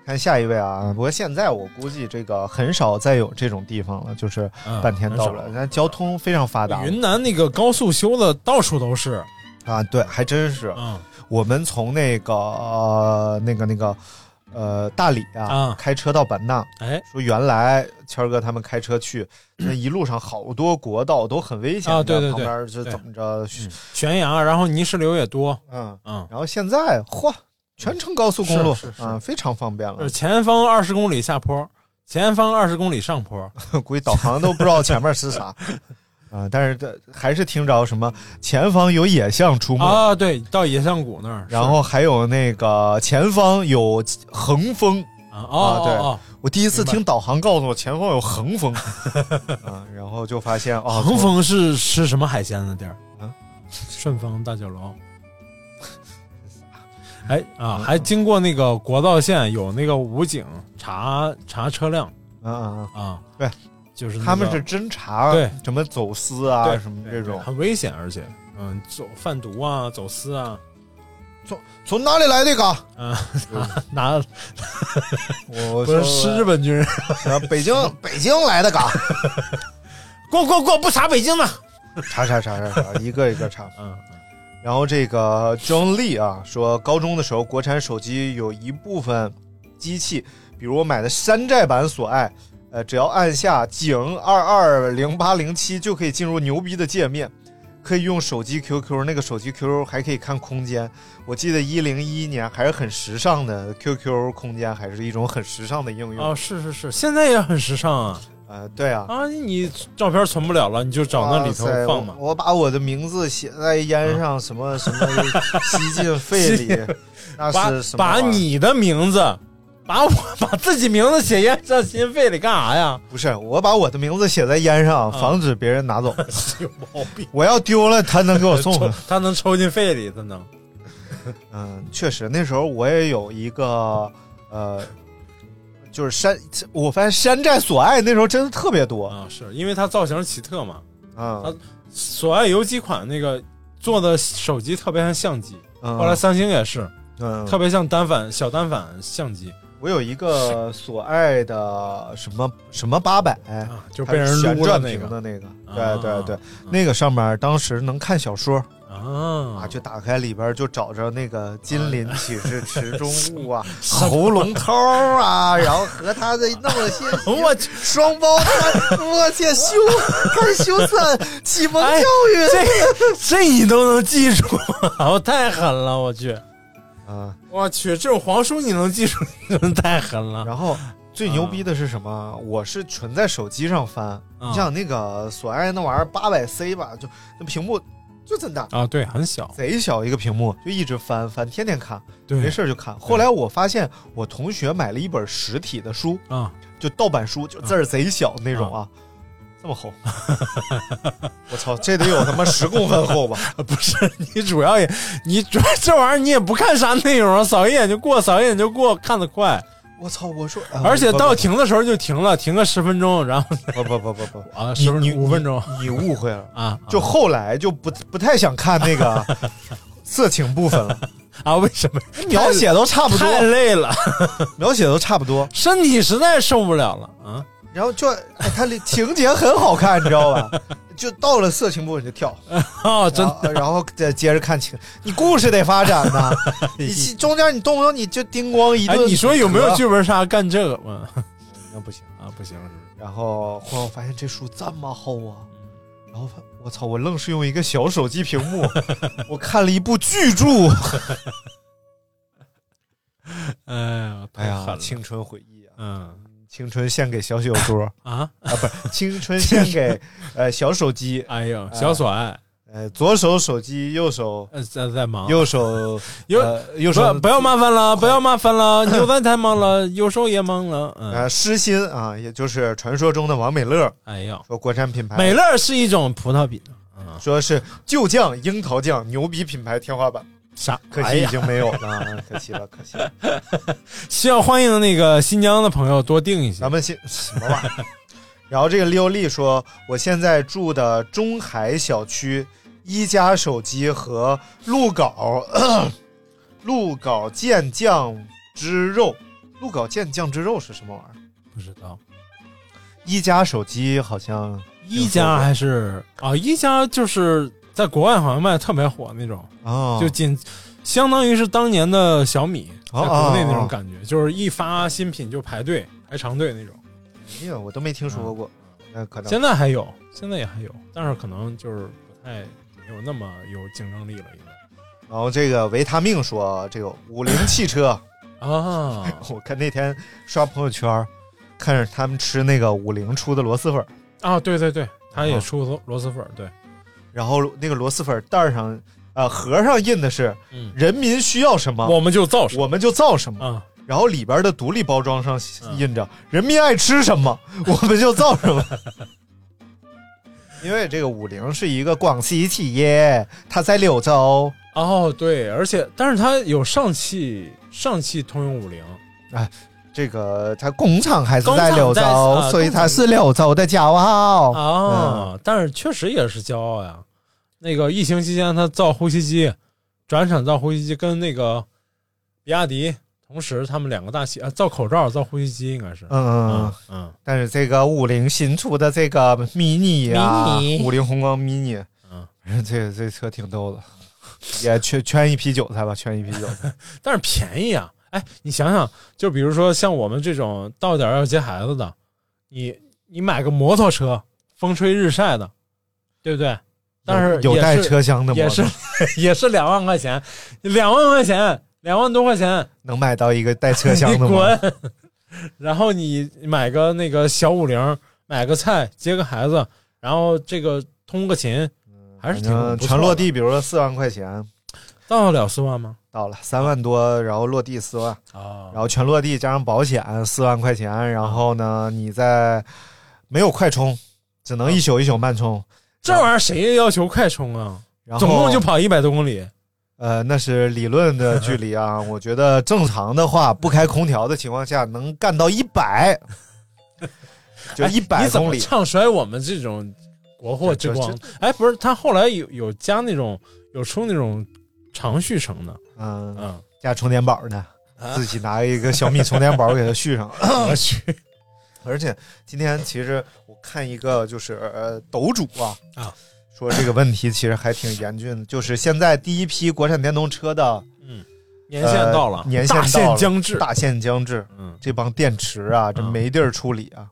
看下一位啊，不过现在我估计这个很少再有这种地方了，就是嗯半天到不了。很人少家交通非常发达云南那个高速修的到处都是，啊，对，还真是。嗯我们从那个、呃、那个那个呃大理啊啊开车到版纳，哎说原来谦儿哥他们开车 去，那一路上好多国道都很危险的，啊对对旁对边是对嗯怎么着？悬崖，然后泥石流也多，嗯，嗯，然后现在嚯，全程高速公路是是是啊，非常方便了就是。前方二十公里下坡，前方二十公里上坡， 估计导航都不知道前面 是啥啊、但是这还是听着什么前方有野象出没，啊，对，到野象谷那儿，然后还有那个前方有横风。是啊哦啊对哦我第一次明白听导航告诉我前方有横 风，啊，然后就发现哦，啊，横峰是吃什么海鲜的地儿啊？顺丰大酒 楼。哎啊，还经过那个国道线，有那个武警查查车辆啊啊，啊，对，就是那啊个他们是侦查对什么走私啊对什么对这种对，很危险，而且嗯，走贩毒啊，走 私啊，从哪里来这个？嗯，拿拿我不是是啊日本军人， 本，北京北京来的嘎，过过过，不查北京的，查查查查查，一个一个查。 嗯，然后这个 John Lee 啊说，高中的时候国产手机有一部分机器，比如我买的山寨版索爱，呃，只要按下井二二零八零七就可以进入牛逼的界面，可以用手机 QQ，那个手机 QQ 还可以看空间。我记得一零一一年还是很时尚的 QQ 空间，还是一种很时尚的应用。哦，是是是，现在也很时尚啊呃，对啊。啊，你照片存不了了，你就找那里头哇塞放嘛，嗯我我把我的名字写在烟上，什么什么吸进肺里，那把是什么把玩意儿你的名字，把我 把自己名字写烟上心肺里干啥呀？不是，我把我的名字写在烟上，啊防止别人 拿走。有毛病！我要丢了，他能给我送呃 抽回来。他能抽进肺里，他能嗯，确实，那时候我也有一个，呃，就是山，我发现山寨所爱那时候真的特别多。啊，是因为他造型奇特嘛。嗯索爱有几款那个做的手机特别像相机，嗯，后来三星也是，嗯，特别像单反小单反相机我有一个所爱的什么什么八百，啊，就还被人是哎旋撸了转那屏的个那个，啊对对对，那个上面当时能看小说啊，啊，就打开里边就找着那个“金鳞岂是池中物” 啊，喉龙涛啊，然后和他的弄了些 我去， 双胞胎，我去修太羞涩，启蒙教哎育这这你都能记住， 我太狠了，我去，啊。我去，这种黄书你能记住，你真太狠了。然后最牛啊逼的是什么？我是纯在手机上翻，你像那个索爱那玩意儿八百 C 吧，就那屏幕就这么大，啊，对，很小，贼小一个屏幕，就一直翻翻，天天看，对，没事儿就看。后来我发现我同学买了一本实体的书，啊，就盗版书，就嗯字儿贼小那种啊。这么厚，我操，这得有他妈十公分厚吧？啊 不是你主要也，你主要这玩意儿你也不看啥内容啊，扫一眼就过，扫一眼就过，看得快，我操！我啊说，啊而且不到不停的时候就停了，停个十分钟，然后不不不不不，啊，你十分你五分钟你误会了，啊，就后来就不不太想看那个 色情部分了，啊，为什么描写都差不多，太累了，描写都差不多。身体实在受不了了啊，然后就哎，它里情节很好看，你知道吧？ 就到了色情部分就跳，哦，真然后然后再接着看情，你故事得发展 呐，你其中间你动不动你就叮咣一哎顿，，你说有没有？剧本杀干这个吗？ 那不行。啊，不行是不是？然后忽然我发现这书这么厚啊，然后发我操，我愣是用一个小手机屏 幕，我看了一部巨著。哎呀，哎太狠呀，了，青春回忆啊，嗯青春献给小酒桌 啊，啊，不是青春献 给呃小手机，哎呦，小所爱，呃左手手机，右手呃，在在忙，右手有呃右手不不要麻烦了，不哎要麻 烦了，牛蛋太忙了，有时候也忙了，嗯，呃诗心啊，也就是传说中的王美乐，哎呦，说国产品牌美乐是一种葡萄饼，说是旧酱、樱桃酱牛逼品牌天花板，啥？可哎惜已呀，经没有了， 啊可惜了，可惜了。希望欢迎那个新疆的朋友多订一些咱们先什么玩意儿？ 然后这个六力说，我现在住的中海小区，一加手机和鹿稿 鹿稿健酱汁肉，鹿稿健酱汁肉是什么玩意儿？不知道。一加手机好像一家还是啊，一家就是在国外好像卖的特别火那种，哦，就仅相当于是当年的小米在哦国内那哦种哦感觉，就是一发新品就排队排长队那种。哎呀，我都没听说过，那可能现在还有，现在也还有，但是可能就是不太没有那么有竞争力了，应 该然后这个维他命说，这个五菱汽车，啊我看那天刷朋友圈儿，看着他们吃那个五菱出的螺蛳粉儿，啊，对对对，他也啊出螺螺蛳粉儿，对，然后那个螺蛳粉袋儿上，呃，盒上印的是嗯“人民需要什么，我们就造啊我们就造什么”，啊，然后里边的独立包装上嗯印着“人民爱吃什么，我们就造什么”。 因为这个五菱是一个广西企业，它在柳州。哦对，而且但是它有上汽上汽通用五菱，这个它工厂还是工在厂柳州，在啊所以工厂它是柳州的骄傲。啊，嗯但是确实也是骄傲呀。那个疫情期间，他造呼吸机，转产造呼吸机，跟那个比亚迪同时，他们两个大企啊，造口罩、造呼吸机应该是。嗯嗯嗯嗯嗯但是这个五菱新出的这个 mini 啊， mini 五菱宏光 mini，嗯，这这车挺逗的，也圈圈一批韭菜吧，圈一批韭菜。但是便宜啊！哎，你想想，就比如说像我们这种到点儿要接孩子的，你你买个摩托车，风吹日晒的，对不对？ 但是有有也带是车厢的摩也托是也是两万块钱，两万块钱，两万多块钱，能买到一个带车厢 你的吗？滚！然后你买个那个小五菱，买个菜，接个孩子，然后这个通个勤，还是挺嗯，不错的全落地，比如说四万块钱到得了四万吗？到了三万多，然后落地四万，啊然后全落地加上保险四万块钱，然后呢，你再没有快充，只啊能一宿一宿慢充，这玩意儿谁要求快充啊？然后总共就跑一百多公里。呃，那是理论的距离 啊。我觉得正常的话，不开空调的情况下，能干到一 百， 就一哎百你怎公么里。唱衰我们这种国货之光？哎，不是，他后来有有加那种有出那种长续程的，嗯，嗯，家充电宝呢，啊自己拿一个小米充电宝给它续 上。嗯我去而且今天其实我看一个就是呃抖主啊啊说这个问题其实还挺严峻的，就是现在第一批国产电动车的年限到了，呃年限大到限了将至，大限将至，嗯这帮电池啊，这嗯没地儿处理啊。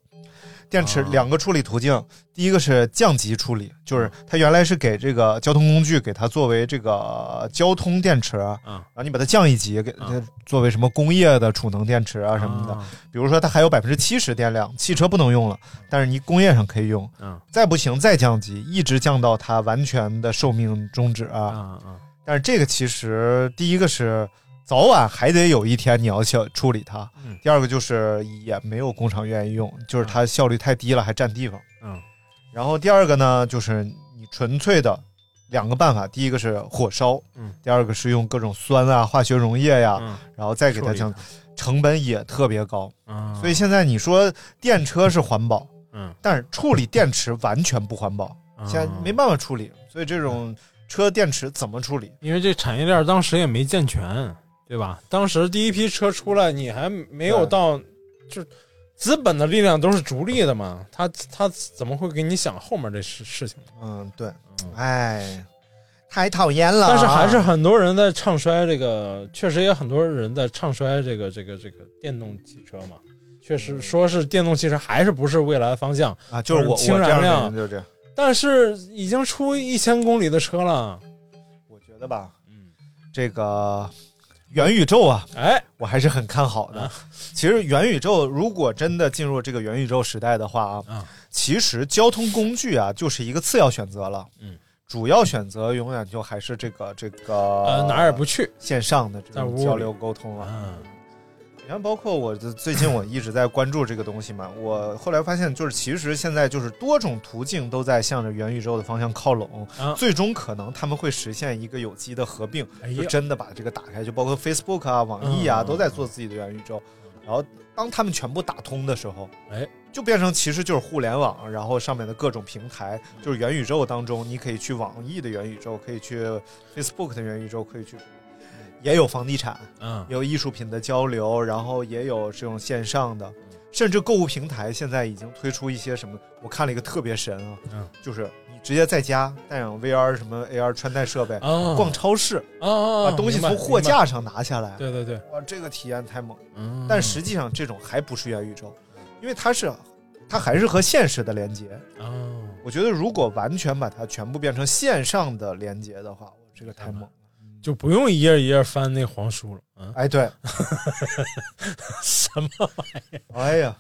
电池啊两个处理途径，第一个是降级处理，就是嗯它原来是给这个交通工具给它作为这个交通电池，啊然后你把它降一级，给它啊作为什么工业的储能电池啊什么的。啊比如说它还有百分之七十电量，汽车不能用了，但是你工业上可以用。嗯再不行再降级，一直降到它完全的寿命终止啊啊。啊但是这个其实第一个是早晚还得有一天你要去处理它，嗯第二个就是也没有工厂愿意用，就是它效率太低了，还占地方。嗯，然后第二个呢，就是你纯粹的两个办法，第一个是火烧，嗯，第二个是用各种酸啊、化学溶液呀、嗯然后再给它降，成本也特别高。啊，所以现在你说电车是环保，嗯，但是处理电池完全不环保，啊现在没办法处理，所以这种车电池怎么处理？因为这产业链当时也没健全，对吧？当时第一批车出来，你还没有对到，就资本的力量都是逐利的嘛，他他怎么会给你想后面这事事情呢？嗯，对，哎，太讨厌了啊。但是还是很多人在唱衰这个，确实也很多人在唱衰这个这个这个电动汽车嘛。确实说是电动汽车还是不是未来方向，啊，就是我我氢这燃样的料人就是这样。但是已经出一千公里的车了。我觉得吧，嗯，这个元宇宙啊，哎，我还是很看好的。啊其实元宇宙如果真的进入这个元宇宙时代的话啊，啊其实交通工具啊就是一个次要选择了。嗯。主要选择永远就还是这个这个呃，哪儿也不去。线上的这在屋种里交流沟通啊。嗯你看，包括我这最近我一直在关注这个东西嘛，我后来发现就是其实现在就是多种途径都在向着元宇宙的方向靠拢，啊，最终可能他们会实现一个有机的合并，哎就呀，真的把这个打开，就包括 Facebook 啊、网易啊，嗯都在做自己的元宇宙。然后当他们全部打通的时候，哎，就变成其实就是互联网，然后上面的各种平台，就是元宇宙当中，你可以去网易的元宇宙，可以去 Facebook 的元宇宙，可以去，也有房地产，嗯也有艺术品的交流，然后也有这种线上的，甚至购物平台现在已经推出一些什么，我看了一个特别神啊，嗯就是你直接在家带上 VR 什么 AR 穿戴设备，啊，逛超市，啊啊，啊把东西从货，架上拿下来明白明白，对对对，哇，这个体验太猛了。嗯，但实际上这种还不是元宇宙，因为它是它还是和现实的连接。哦，我觉得如果完全把它全部变成线上的连接的话，哇这个太猛了。就不用一页一页翻那黄书了。 嗯，哎，对，什么？哎呀，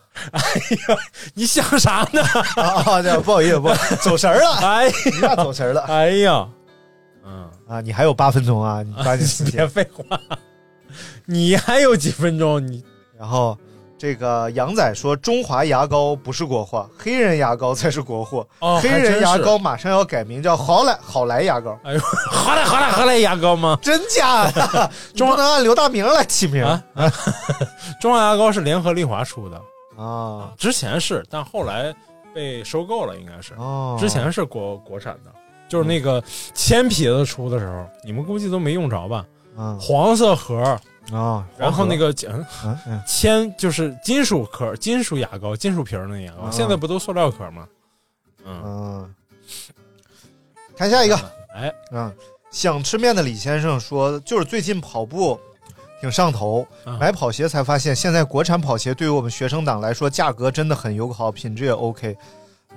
你想啥呢？啊啊，对不好意思，不好意思走神儿了， 哎一下走神儿了哎呀，嗯， 啊！你还有八分钟 啊，你抓紧时别间。废话，你还有几分钟？你然后这个杨仔说，中华牙膏不是国货，黑人牙膏才是国货。哦，黑还真人是牙膏，马上要改名叫好来好来牙膏。哎呦， 好来好来好来牙膏吗？真 假的？你不能按刘大明来起名啊中华牙膏是联合利华出的，啊？之前是，但后来被收购了，应该是。哦，之前是国国产的，就是那个千痞子出的时候，你们估计都没用着吧？啊黄色盒，啊，然后那个嗯嗯嗯铅就是金属壳、金属牙膏、金属瓶儿那牙膏，嗯现在不都塑料壳吗？嗯，嗯，看下一个，哎，嗯，想吃面的李先生说，就是最近跑步挺上头，嗯买跑鞋才发现，现在国产跑鞋对于我们学生党来说，价格真的很友好，品质也 OK。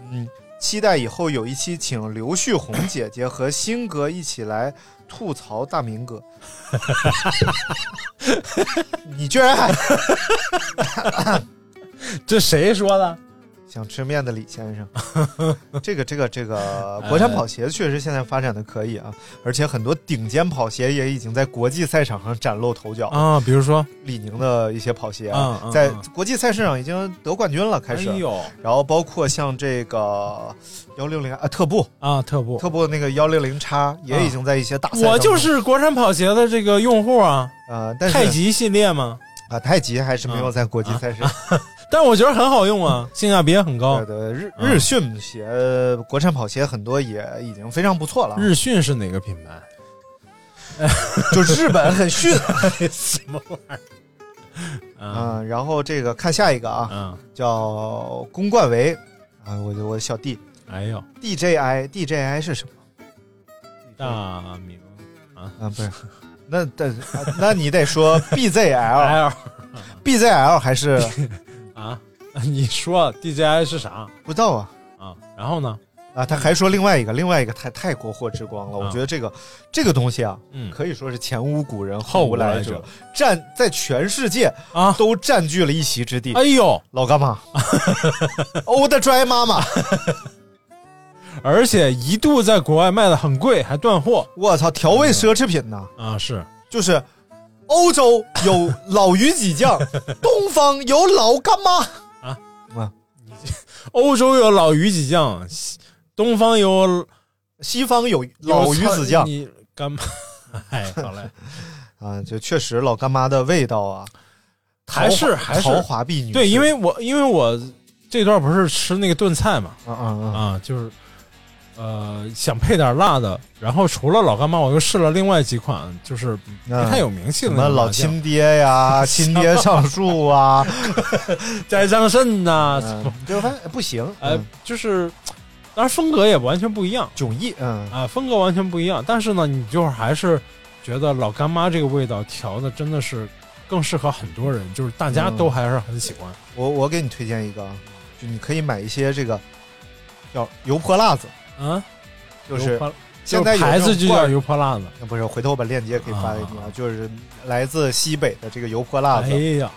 嗯，期待以后有一期请刘旭红姐姐和新哥一起来吐槽大明哥。 你居然还这谁说的？想吃面的李先生， 这个这个这哎个国产跑鞋确实现在发展的可以啊，而且很多顶尖跑鞋也已经在国际赛场上崭露头角。啊，比如说，李宁的一些跑鞋啊，嗯嗯在嗯国际赛事上已经得冠军了，开哎始。呦然后包括像这个幺六零啊，特步，啊，特步，特步那个幺六零叉也已经在一些大赛上嗯我就是国产跑鞋的这个用户啊，呃，但是太嗯极系列嘛，啊，太极还是没有在国际赛事。但我觉得很好用啊，性价比也很高对。对，日嗯日训鞋、国产跑鞋很多也已经非常不错了啊。日迅是哪个品牌？就日本很逊什么玩意儿？啊嗯，然后这个看下一个啊，啊！叫龚冠维啊，我的我的小弟哎呦， DJI DJI 是什么？大明啊， 不是，那但啊那你得说 BZL L BZL 还 是啊，你说 DJI 是啥不知道啊？啊？然后呢？啊，他还说另外一个，另外一个泰泰国货之光了。我啊觉得这个这个东西啊，嗯可以说是前无古人后无无来来者，占在全世界啊，都占据了一席之地。哎呦，老干 妈，Old Dry 妈妈，而且一度在国外卖的很贵，还断货我操，调味奢侈品呐，啊！是就是欧洲有老鱼子酱， 东方有老干妈。欧洲有老鱼子酱，西东方有西方有老鱼子酱你 干嘛？哎，好 嘞，啊，就确实老干妈的味道啊，还豪是华还是豪华婢女嗯对，士因为我因为我这段不是吃那个炖菜嘛，啊啊啊啊，就是呃想配点辣的，然后除了老干妈，我又试了另外几款，就是不太有名气嗯什的么那种老麻酱亲爹 呀、亲爹上树 啊，斋张肾呐、什么嗯，就发现哎不行，哎嗯，就是当然风格也完全不一样迥异，嗯，啊，风格完全不一样，但是呢，你就是还是觉得老干妈这个味道调的真的是更适合很多人，就是大家嗯都还是很喜欢。我我给你推荐一个，啊，就你可以买一些这个叫油泼辣子，嗯，就油是泼现在有牌子这就种罐叫儿油泼辣子。那不是，回头我把链接可以发给你啊，啊就是来自西北的这个油泼辣哎子呀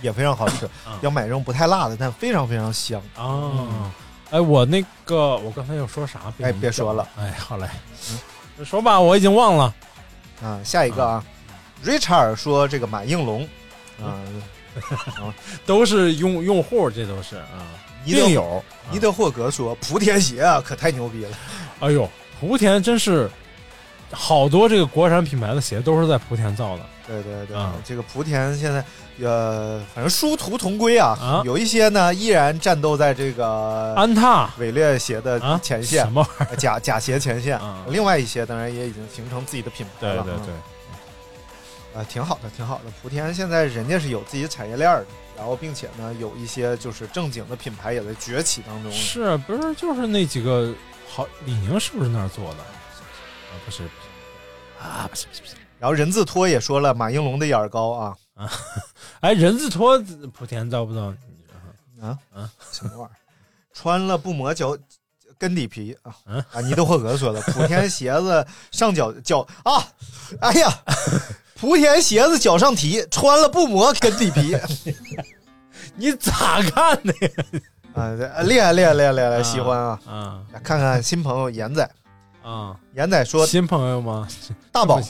也非常好吃，啊要买这种不太辣的，但非常非常香。啊！哎，我那个我刚才要说啥？嗯哎，别说嗯了。哎，好嘞，说吧，我已经忘了。啊，下一个啊，Richard 说这个马应龙，啊，嗯都是用用户，这都是啊，尼德病友。尼德霍格说莆田鞋啊可太牛逼了。哎呦，莆田真是好多这个国产品牌的鞋都是在莆田造的对对对，啊这个莆田现在呃，反正殊途同归啊，啊有一些呢依然战斗在这个安踏伪劣鞋的啊，嗯呃前线，什么玩意儿？呃假假鞋前线。啊另外一些当然也已经形成自己的品牌对了，对对啊，，呃挺好的，挺好的。莆田现在人家是有自己产业链儿的，然后并且呢有一些就是正经的品牌也在崛起当中。是啊不是就是那几个好？李宁是不是那儿做的？啊，不是，不是啊，不是不是不是。然后任字拖也说了，马应龙的眼儿高啊哎，人字拖莆田造不造？啊啊什么玩意儿？穿了不磨脚跟底皮啊嗯啊！尼德霍格说的，莆田鞋子上脚脚啊，哎呀，莆田鞋子脚上提，穿了不磨跟底皮 你咋看的呀？啊，这厉害厉害厉害厉害，喜欢啊！啊来看看新朋友严仔，啊！严仔说新朋友吗？ 大宝，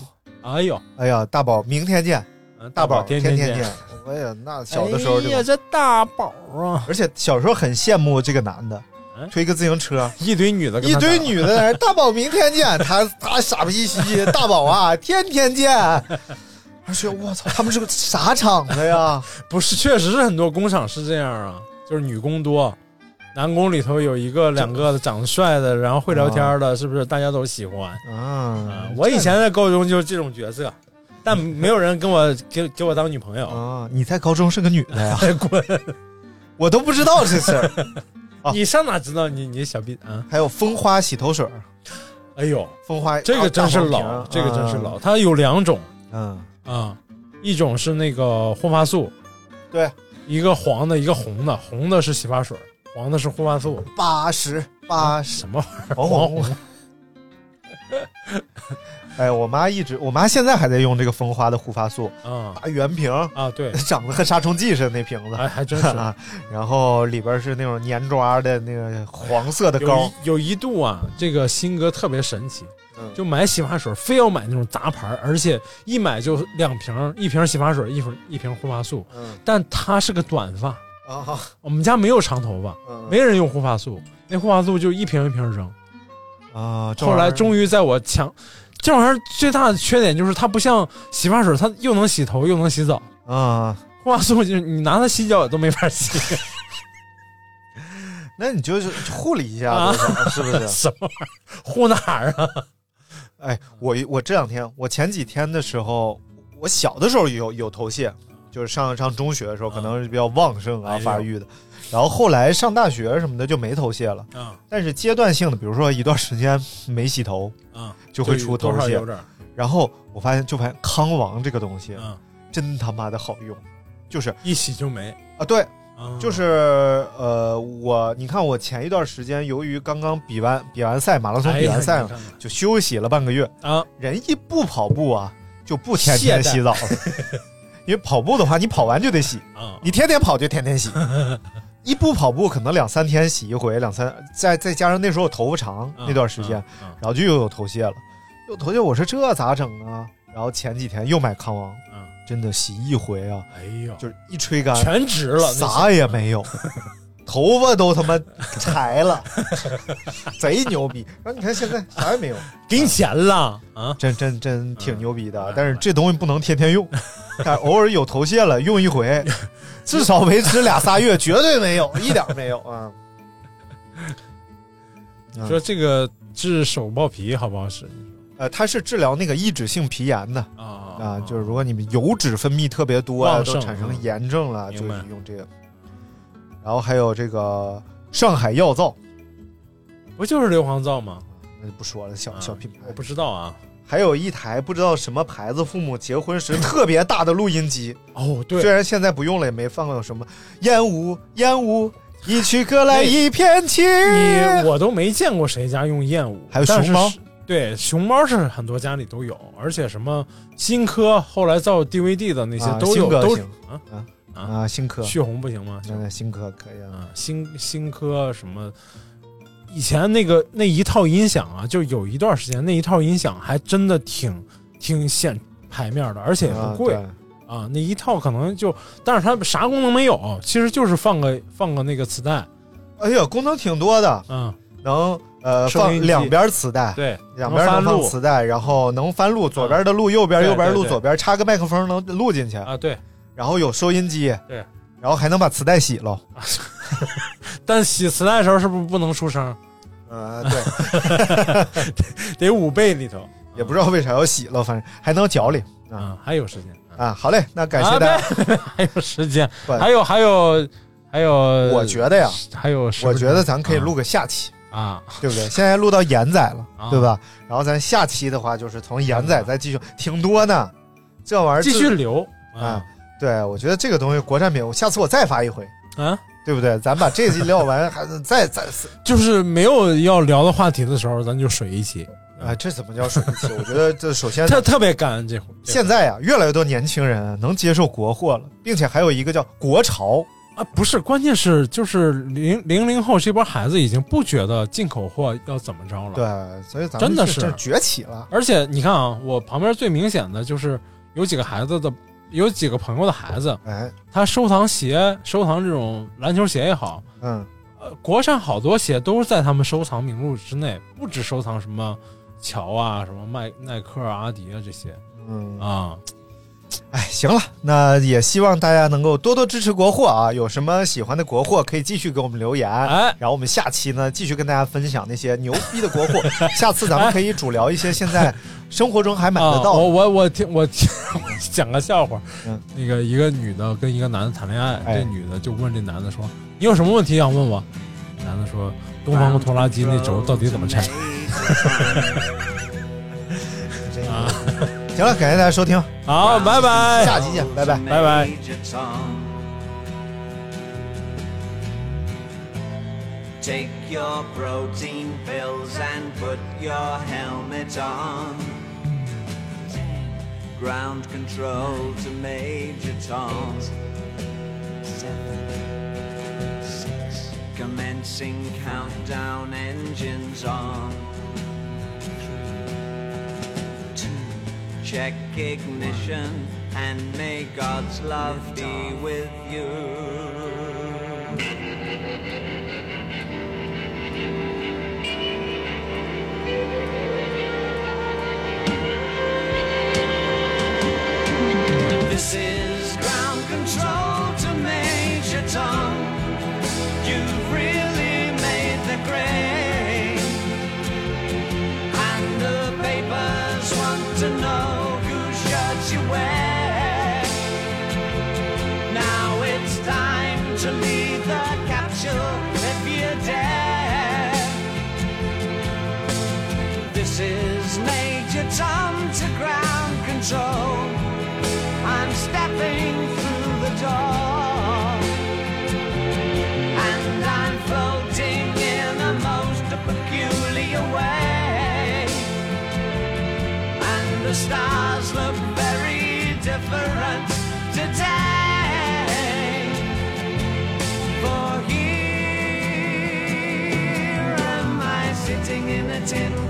哎呦，哎呀，大宝明天见，啊大宝天天见。见。我也那小的时候哎就呀，这大宝啊，而且小时候很羡慕这个男的嗯，推个自行车。一堆女的跟一他打，堆女的在那儿，大宝明天见， 他他傻不兮兮，大宝啊，天天见。而且我操，他们是个啥厂子呀？不是，确实是很多工厂是这样啊，就是女工多，男工里头有一个两个的长得帅的，然后会聊天的，是不是大家都喜欢？啊啊，我以前在高中就是这种角色，但没有人跟我 给给我当女朋友，啊，你在高中是个女的呀？哎滚！我都不知道这事儿。啊你上哪知道你你小逼啊？还有蜂花洗头水儿，哎呦，蜂花这个真是啊老，这个真是老，。它有两种嗯，啊，一种是那个护发素，对，一个黄的，一个红的，红的是洗发水，黄的是护发素，八十八十什么玩意儿？黄黄红。 哎，我妈一直，我妈现在还在用这个蜂花的护发素，啊大圆瓶儿，啊，对，长得和杀虫剂似的那瓶子。还还 哎真是啊，然后里边是那种粘抓的那个黄色的膏有，一有一度啊，这个新哥特别神奇，嗯就买洗发水非要买那种杂牌儿，而且一买就两瓶儿，一瓶儿洗发水，一瓶一瓶护发素。嗯但他是个短发，啊，我们家没有长头发，嗯没人用护发素，那护发素就一瓶一瓶扔。啊，这玩后意儿来终于在我强，这玩意儿最大的缺点就是它不像洗发水，它又能洗头又能洗澡。啊，护发素就是你拿它洗脚都没法 洗，那你就是护理一下啊多少是不是？什么玩意儿？护哪儿啊？哎，我我这两天，我前几天的时候，我小的时候有有头屑，就是上上中学的时候可能是比较旺盛啊、嗯哎呦发育的，然后后来上大学什么的就没头屑了，啊但是阶段性的，比如说一段时间没洗头，啊，就会出头多少屑有点儿，然后我发现就发现康王这个东西嗯，真他妈的好用，就是一洗就没，啊对，啊就是呃我你看我前一段时间由于刚刚比完比完赛马拉松哎比呀完赛你嘛，看看就休息了半个月，啊，人一不跑步啊，就不天天洗澡了， 因为跑步的话，你跑完就得 洗，啊，你天天跑就天天 洗，一不跑步可能两三天洗一回，两三再再加上那时候我头发长嗯那段时间，，嗯然后就又有头屑了，有头屑，我说这咋整啊？然后前几天又买康王，嗯真的洗一回啊，哎呦，就是一吹干，全直了，那啥也没 有，头发都他妈柴了， 贼牛逼。然后你看现在啥也没有。给你钱了啊，真真真挺牛逼的，嗯但是这东西不能天天 用，但偶尔有头屑了用一回，至少维持俩仨月，绝对没有，一点没有啊。嗯说这个治手爆皮好不好使呃，它是治疗那个抑制性皮炎的啊啊，就是如果你们油脂分泌特别多啊，旺都盛产生炎症了，嗯就是明白用这个。然后还有这个上海药皂，不就是硫磺皂吗？那就不说了，小啊小品牌我。不知道啊。还有一台不知道什么牌子，父母结婚时特别大的录音机。哦，虽对，然现在不用了，也没放过什么烟雾，烟雾，一曲歌来一片情。啊你我都没见过谁家用燕舞，还有但是熊猫是。对，熊猫是很多家里都有，而且什么新科后来造 DVD 的那些啊都有，新科都行啊啊啊，新科，旭红不行吗？现在新科可以啊。啊，新新科啊什么？以前那个那一套音响啊，就有一段时间那一套音响还真的挺挺显牌面的，而且也啊不贵对啊。那一套可能就，但是它啥功能没有，其实就是放个放个那个磁带，哎呀，功能挺多的，嗯，能呃收放音机两边磁带，对，两边能能翻放录磁带，然后能翻录，左边的录右边，对右边录对对左边，插个麦克风能录进去，啊，对，然后有收音机，对，然后还能把磁带洗了。但洗磁带的时候是不是不能出声？啊呃，对，得捂被里头也不知道为啥要洗了，反正还能嚼里啊啊。还有时间，啊啊。好嘞，那感谢大家。啊对 还有时 间，不还有还有还有，我觉得呀，还有十分我钟，觉得咱可以录个下期。啊，对不对？现在录到盐仔了，啊对吧？然后咱下期的话，就是从盐仔再继续，挺多呢。这玩意儿继续，留啊对我觉得这个东西国产品，我下次我再发一回，啊。对不对？咱把这期聊完，还再再 就是没有要聊的话题的时候，咱就水一期。啊，这怎么叫水一期？我觉得这首先特特别感恩这 回现在呀，越来越多年轻人能接受国货了，并且还有一个叫国潮。啊，不是，关键是就是零零零后这波孩子已经不觉得进口货要怎么着了。，对，所以咱们真的这是这崛起了。而且你看啊，我旁边最明显的就是有几个孩子的，有几个朋友的孩子，哎，他收藏鞋，收藏这种篮球鞋也好，嗯，呃，国产好多鞋都是在他们收藏名录之内，不只收藏什么乔啊、什么耐耐克啊、阿迪啊这些嗯啊。哎，行了，那也希望大家能够多多支持国货啊！有什么喜欢的国货，可以继续给我们留言。哎然后我们下期呢，继续跟大家分享那些牛逼的国货。下次咱们可以主聊一些现在生活中还买得哎啊，到我的。我我听我听我讲个笑话，嗯那个一个女的跟一个男的谈恋爱，哎这女的就问这男的说：“你有什么问题想问我？”男的说：“东方拖拉机那轴到底怎么拆这个行了，感谢大家收听，？”好，拜拜，啊下期见，拜拜。拜拜。 Take your protein pills and put your helmet on. Ground control to Major Tom. Commencing countdown, engines on. Check ignition and may God's love be with you. This is ground control to Major Tom. You've really made the grade. And the paper living through the dark. And I'm floating in a most peculiar way. And the stars look very different today. For here am I sitting in a tin